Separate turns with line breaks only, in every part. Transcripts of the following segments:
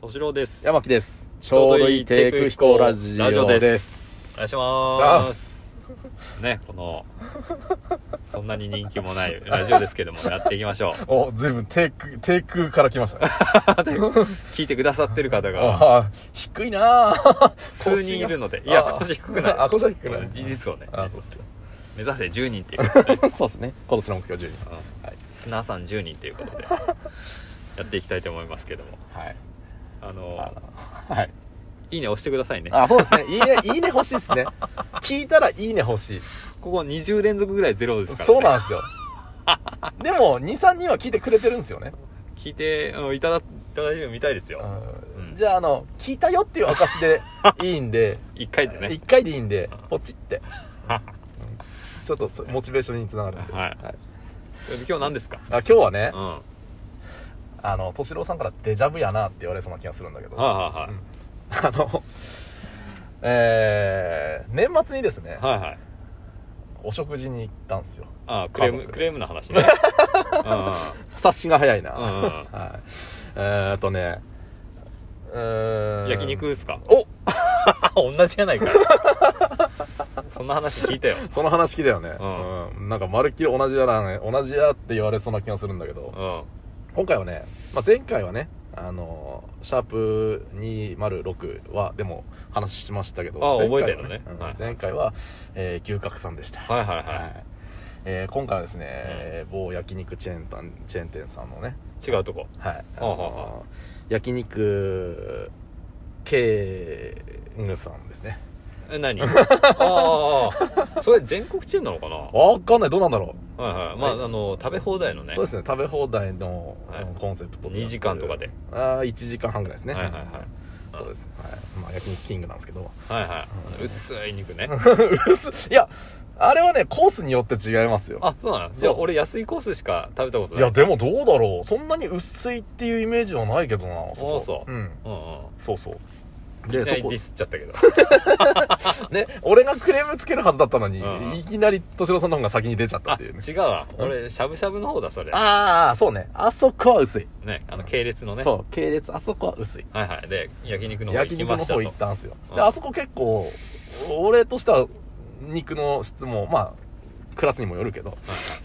敏郎です。
山木です。ちょうどいい低空飛行ラジオです。
お願いし
お願い
ま。
しますす。
ね、この、そんなに人気も ないラジオですけども、やっていきましょ
お、ずいぶん低空、低空から来ましたね。
う。聞いてくださってる方が
あー低い なぁ。
数人いるので、いや、
あー
腰低くない。
あ腰は低くない
事実をね、
あそうっすね
目指せ10人っていう ことで、うん
そうですね。今年の目標12。
砂さん10人ということで、やっていきたいと思いますけども、
はい。
あの、
あのはい。
いいね押してくださいね。
あ、そうですね。いいね、 いいね欲しいですね。聞いたらいいね欲しい。
ここ20連続ぐらいゼロですからね。
そうな んですよ。でも、2、3人は聞いてくれてるんですよね。
聞いて、うんいただ、いただいてるみたいですよ。
うん
うん
じゃあ、あの、聞いたよっていう証でいいんで、
1回でね。
1回でいいんで、ポ チって。ちょっとそモチベーションにつながるんで、
はい今日何ですか
あ今日はね
うん。は
あの敏郎さんからデジャブやなって言われそうな気がするんだけど、
いは
あのえー、年末にですね、
いはい。はいはい。
お食事に行ったんですよ
ああ、クレー
家
ム、
族
クレームの話ね。
察しが早いな、
うんうん。うんうん
はい、えー、っとねうーん
焼肉ですか
お
あ、同じやないか。そんな話聞いたよ。
その話聞いたよね、
うん
うんなんかまるっきり同じやらね同じやって言われそうな気がするんだけど、
うん。
今回はね、まあ、前回はねあのーシャープ206はでも話しましたけど
あ
前回は
覚えてるのね
うん
はい
前回は、えー牛角さんでした
はいはい
は
はい
えー今回はですね、えー某焼肉チェーンタンチェーン店さんのね、
い。違うとこ。
はい
あは
ー焼肉ケーヌさんですね
え、何ああああ、それ全国チェーンなのかなは
わかんないどうなんだろ
いはい。まあ、あの、食べ放題の
う、
ね。
そうですね食べ放題の、
はい
うんコンセプトで
2時間とかで。
ああ1時間半ぐらいですね
はいはいはいうん
そうです、はいまあ、焼肉キングなんですけど
はいはい。薄い肉ね。
うっすいやあれはねコースによって違いますよ
あ、そうなのい
そう
や、俺安いコースしか食べたこと
い
ない。
やでもどうだろうそんなに薄いっていうイメージはないけどな
あそ
こ
う
うん、
うんうん。
そうそう
い
で
き
そ
なりデ
こ
ィスっちゃったけど。
ね俺がクレームつけるはずだったのに、
うんうん
いきなり敏郎さんの方が先に出ちゃったっ
あ、
ていうね
違うわ。
うん
俺、しゃぶしゃぶの方だ、それ。
ああそうねあそこは薄い
ね、あの、系列のね。
そう系列あそこは薄い
はいはい。で、焼肉の方
焼
行き
肉
ま
の
した
方
と。
行ったんですよ、
うん
であそこ結構俺としては肉の質もまあクラスにもよるけど、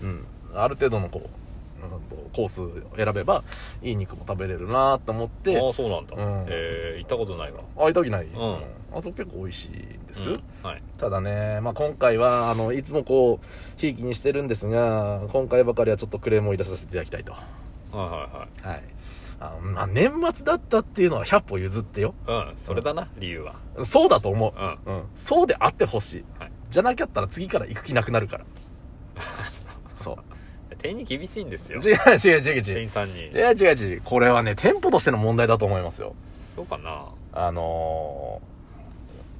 うん、ある程度のこううんとコースを選べばいい肉も食べれるなと思って
ああ、そうなんだ。
うん
えー、行ったことないわ。
あいたきない、
ん
うんあそこ結構美味しいんです、
うんはい。
ただね、まあ、今回はあのいつもこうひいきにしてるんですが今回ばかりはちょっとクレームを入れさせていただきたいとは
はいはい
あのまあ年末だったっていうのは100歩譲ってよ
いはい。うん、それだな、理由は。
そうだと思う
うん。あ
うん、そうであってほしい、
はい
じゃなきゃったら次から行く気なくなるから そう
店員に厳しいんですよ。
違う違う違う違
店
う
員さんに
違う。違う違うこれはね店舗としての問題だと思いますよ
そうかな。
あのー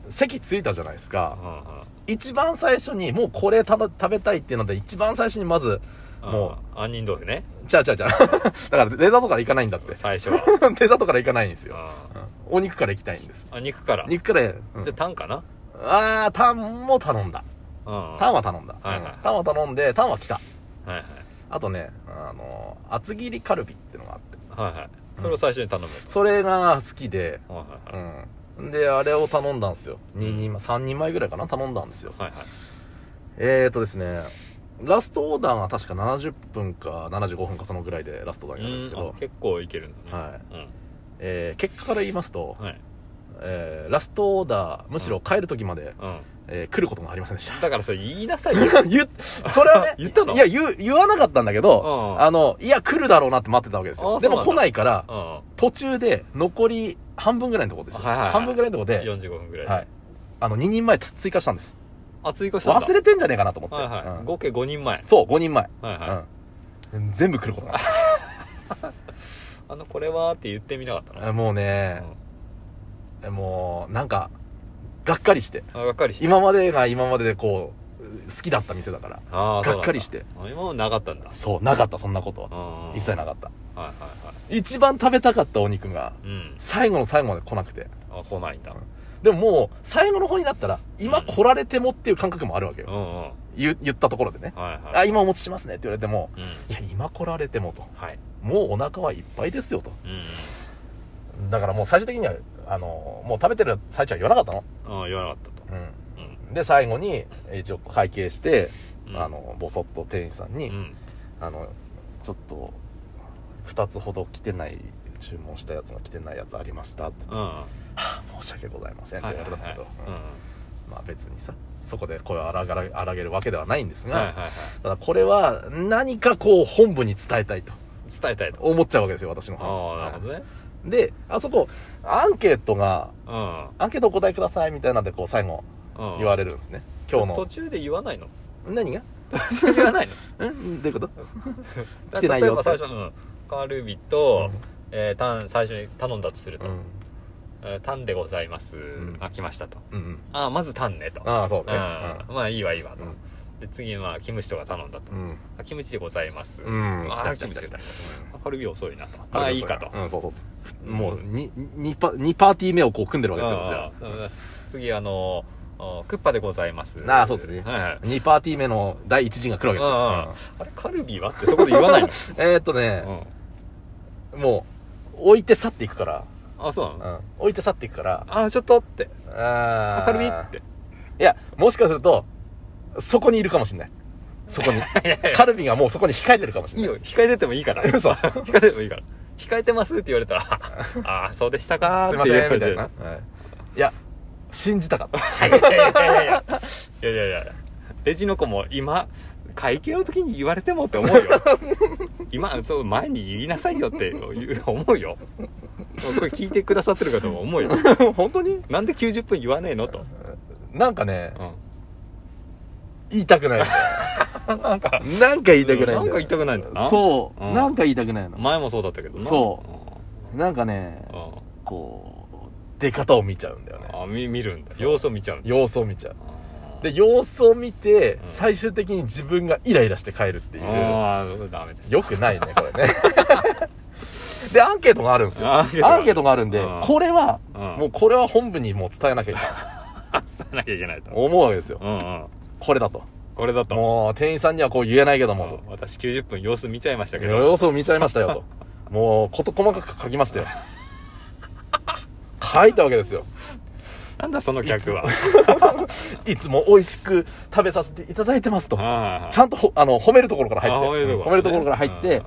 席着いたじゃないです
う
か
ん
一番最初にもうこれただ食べたいっていうので一番最初にまず
うん。
も
うん。杏仁豆腐ね。
ちゃうちゃう ちゃうだからデザートから行かないんだって
最初は。
デザートから行かないんです
うん
よ、うんお肉から行きたいんです
あ、肉から。じ
肉から、うん
ゃあ、タンかな
ああタンも頼んだ
うん。は
タンは頼んだ、
はいはい
うんタンは頼んでタンは来た
いはい。
あとね、あの、厚切りカルビってのがあって、
はいはい。それを最初に頼む。
それが好きで、
はいはいうはい。
ん。で、あれを頼んだんですよ。二
うん
人前、3人前ぐらいかな頼んだんですよ。
はいはい。
えーとですね、ラストオーダーが確か70分か75分かそのぐらいでラストオーダーになるんですけ
うん
ど
あ、結構いけるんだね。。
はいえー結果から言いますと
うん。、はい。
えーラストオーダー、むしろ帰る時まで、
うん。
えー来ることがありませんでした。
だからそれ言いなさいよ。
言っ、それはね
、言ったの
いや、言う、言わなかったんだけど、
あ
あの、いや、来るだろうなって待ってたわけですよ。
あ
で
そ
も
うな
来
んだ
ないから、
あ。
途中で残り半分ぐらいのところですよ、
はいはいはい
半分ぐらいのところで、
45分ぐらいで。
はい、あの2人前追加したんです
あ、追加したんだ。
忘れてんじゃねえかなと思って、
はいはい。
うん
合計5人前。
そう5人前、
はいはい。
うん、全部来ることなかっ
あの、これはって言ってみなかった
た
の
もうね、もうなんかがっかりして
うんあがっかりして。
今までが今まででこう好きだった店だから
ああ、そうなん
がっ
だ
かりして。
あ今もなかったんだ。
そうなかったそんなことは
あー
一切なかった
はいはいは
一番食べたかったお肉が
い。うん。
最後の最後まで来なくて
あ、来ないんだ。
でももう最後の方になったら今来られてもっていう感覚もあるわけ
うん
よ、
うん。はい
言言ったところでね
は
あ
い。
今お持ちしますねって言われても
うん。
いや今来られてもと
はい。
もうお腹はいっぱいですよと
うんうん。
だからもう最終的にはあのもう食べてる最中は言わなかったの、
うん、言わなかったと。
う
うん
ん、で最後に一応会計して、
うん
あのボソッと店員さんに、
うん。
あのちょっと2つほど来てない注文したやつが来てないやつありましたって言って
うん。は
申し訳ございま
い
せんって
はい
言われたんだ
は
け
い
ど、うんまあ別にさそこで声を荒がら荒げるわけではないんです
うん。
が、
はいはいはい。
ただこれは何かこう本部に伝えたいと
伝えたいと。
思っちゃうわけですよ私の方
ああ、なるほどね。
であそこアンケートが
う
アンケートお答えくださいみたいなんでこう最後
ん。うん。
言わ
れ
れるんですね今日
途
の
中で言わないの
何が
途中で言わないの
ん どういうこと 来てないよ
例えば
って
最初の、うん、カルビと、えー、タン最初に頼んだとすると、
うん
えータンでございます、
ん
あ来ましたと
うんうん
あまずタンねと
ああそうね
あまあいいわいいわと、
うん
で次はキムチとか頼んだと、
うん
あキムチでございます、
うん
あ
来た来
キ
た
ム
来
チ
た
で
来た
あカルビ遅いなとまあいいかと、
うんそうそうそうもう 2, 二パ2パーティー目をこう組んでるわけですよこちら
うんうん次あのあクッパでございます
ああそうですね
はいはい
2パーティー目の第1陣が来る
あ
わけです
あれカルビはってそこで言わないの、
よ、 うんえーっとね、
うん、
もう置いて去っていくから、
あそうなの、
うん、置いて去っていくから
あちょっとって
あ
あ
ー
カルビって
いやもしかするとそこにいるかもしれないそ こに
いやいや
カルビがもうそこに控えてるかもし
いい
れない
よ、控えててもいいから。
嘘
控えててもいいから。控えてますって言われたら、ああ、そうでしたかー
すい
っ
ま
て
せ
言
ん
われ
み
て
たいな、いや信じたかった
いやいやいやいや。いやいやいや。レジの子も今、会計の時に言われてもって思うよ。今、そう、前に言いなさいよって言う思うよ。これ聞いてくださってる方も思うよ。
本当に
なんで90分言わねえのと。
なんかね、
うん。
言いたくないなんかなんか言いたくない
なんか言いたくないんだよな。
そう、
うん
なんか言いたくないの、
前もそうだったけどな。
そなんかね
うん。うん。
こう出方を見ちゃうんだよね
あ、み見るんだ。
そう
様子を見ちゃうんだ。
様子を見ちゃう
あー
で様子を見て、
うん
最終的に自分がイライラして帰るっていう
ああ、ダメです。
よくないねこれねでアンケートがあるんですよ
あ
ア
ア
ン
ン
ケ
ケートがある
ートがあるんで
うん
これはも
も
うこれは本部にもう伝えなきゃいけない
伝えなきゃいけないと。
思うわけですよ
うんうん。
これだと
これだと。
もう店員さんにはこう言えないけども
うん私90分様子見ちゃいました
と
けど。
様子を見ちゃいましたよともう事細かく書きましたよ書いたわけですよ
なんだその客は。
いつも美味しく食べさせていただいてますと
ああ
ちゃんとほあの褒めるところから入って
あ褒めるところ
褒めるところから入って、
うん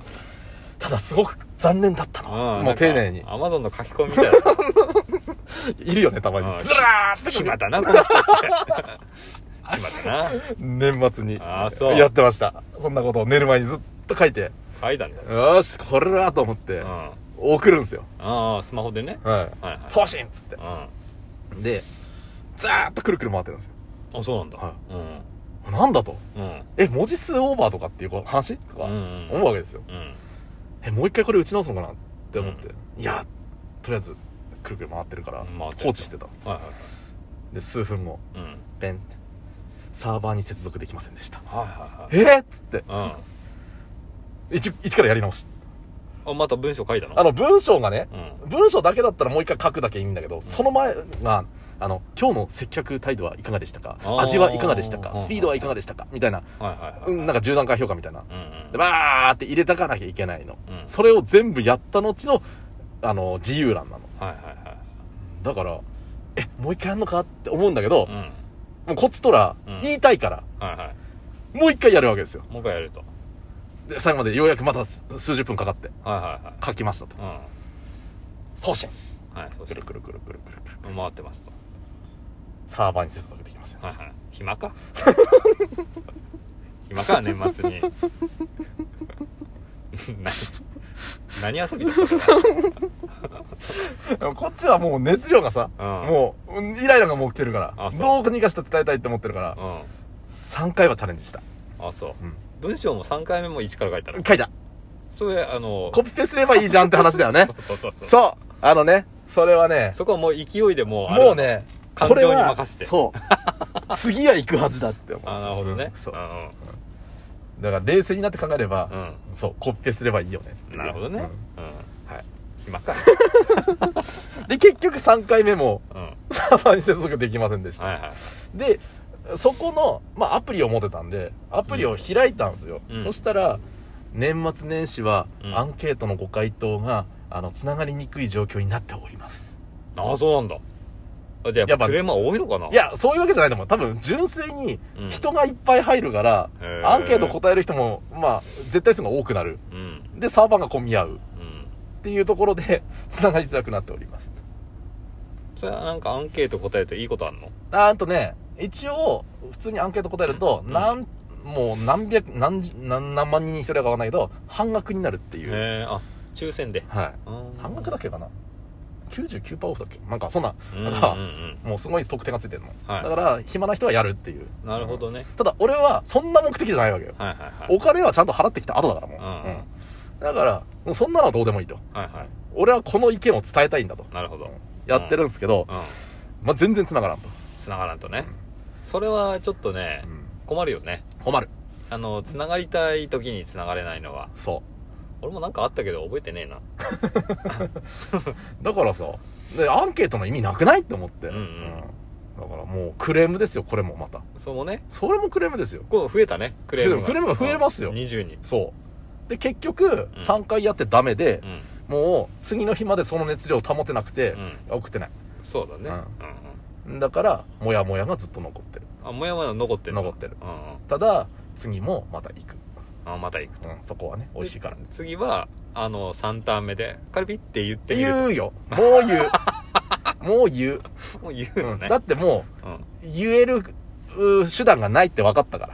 ただすごく残念だったの、
ん
もう丁寧に
アマゾンの書き込みみたいな。 ず
いるよねたまに、ずら
らーっと暇だな、この人って。暇だな。
年末に
あそう
やってましたそんなことを寝る前にずっと書いて
書いたんだよ。
よしこれだと思って、
うん。あ
送るんですよ、
あ、スマホでね。
はい
はいはい。
送信っつって
うん。あ、
でずーっとくるくる回ってるんですよ
そうなんだ。
は
うん。
なんだと
うん。
え文字数オーバーとかっていう話とか
うんうん
思うわけですよ、
うん。
えもう一回これ打ち直すのかなって思って、
う
いやとりあえずくるくる回ってるから
回ってる
放置してた
はいはいはい。
で数分後
うん。
ペンってサーバーに接続できませんでした
はいは
えーっつって
いはい。
一一からやり直し
うん。あ、また文章書いたの
あの文章がね
う、ん。
文章だけだったらもう一回書くだけいいんだけどその前があの今日の接客態度はいかがでしたか
あー
味はいかがでしたか
うん
スピードはいかがでしたかみたいな、
はいはいはい。
うん、なんか10段階評価みたいな
うんうん。
でバーって入れたかなきゃいけないの
うん
それを全部やった後のあの自由欄なの
はいはい
だからえもう一回やんのかって思うんだけど、
はい。うん。
もうこっちとら
うん
言いたいから、
はいはい。
もう一回やるわけですよ
もう一回やると。
で最後までようやくまた数数十分かかって
はいはい
書きましたと
はい。
送信
うん。はい、そうし
くる
る。
くるくるくるくるくる
回ってますと。
サーバーに接続できません
はいはい。暇 か暇か、年末に。 何何遊びだ それは
でもこっちはもう熱量がさ、
うん
もううんイライラがもう来てるか
あ
ら
そう
どうにかして伝えたいって思ってるから3回はチャレンジした、
うん。あ、そう
う。ん
文章も3回目も1から書いたの。
書いた
それ、あの、
コピペすればいいじゃんって話だよね
そう そうそう。
そうあのねそれはね
そこはもう勢いでもう、あれ
もう。ね、
感
これ
情に
は
任せて
そう次は行くはずだって思
あ、なるほどね。
うんそう
うんうん
だから冷静になって考えれば、
うん。
そうコピペすればいいよねっていう
なるほどね。うん。はい。暇か。
うんで結局3回目も
うん。はい
サーバーに接続できませんでした、
はい。
でそこの、まあ、アプリを持ってたんでアプリを開いたんですよ、
うん
そしたら年末年始は
うん
アンケートのご回答があのつながりにくい状況になっております
ああそうなんだあじゃあやっぱクレーマー多いのかない
やそういうわけじゃないと思う多分純粋に
うん
人がいっぱい入るから、
へー
アンケート答える人もまあ絶対数が多くなる
うん
でサーバーが混み合う
うん
っていうところでつながりづらくなっております
それはなんかアンケート答えるといいことあんの
あーんとね一応普通にアンケート答えると、
うん
なんもう何百何何何万人に一人は買わないけど半額になるってい
へ
う、
えあ抽選で
はい、半
半
額だっけかな99%オフだっけなんかそんな
うんう
なんん
う
か
ん
もうすごい特典がついてるの、
はい
だから暇な人はやるっていう
なるほどね
ただ俺はそんな目的じゃないわけよ、
はいはいはい
お金はちゃんと払ってきた後だからもう、
うん
うんだからもうそんなのはどうでもいいと
はいはい
俺はこの意見を伝えたいんだと
なるほど
やってるんですけど、
うん
まあ、全然繋がらんと、
つながらんとねそれはちょっとね
うん
困るよね
困る
あのつながりたい時につながれないのは
そう
俺もなんかあったけど覚えてねえな
だからさでアンケートの意味なくないって思って、
うんうん
だからもうクレームですよこれもまた
そうもね
それもクレームですよ
こう増えたねクレームが
クレームが増えますよ
うん20人
そうで結局
うん
3回やってダメで
う、ん
もう次の日までその熱量を保てなくて
う、ん
送ってない
そうだねう
う
んんうん
だからモヤモヤがずっと残ってる
あもやもや残ってる
残ってる
うんうん
ただ次もまた行く、
あまた行く
うん、そこはね美味しいからっ
で次はあの3ターン目でカルビって言って
て
みる
言うよもう言 うもう言う、
もう言う
う
の
ん
ね
だっても
うん
う言えるうー手段がないって分かったか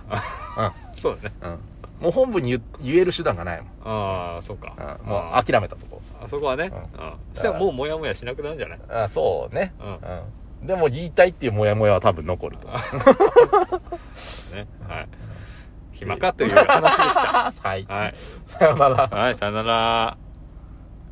ら
そうだね
うんもう本部に言言える手段がないもん、
ああそうか
うんも
あ
う諦めたそこ
あそこはね
うん
うんそしたらもうモヤモヤしなくなるんじゃない
あそうね、
うん
うん、でも言いたいっていうモヤモヤは多分残ると思う
ねはい 暇かという話でした
はい
はい
さようなら
はいさよなら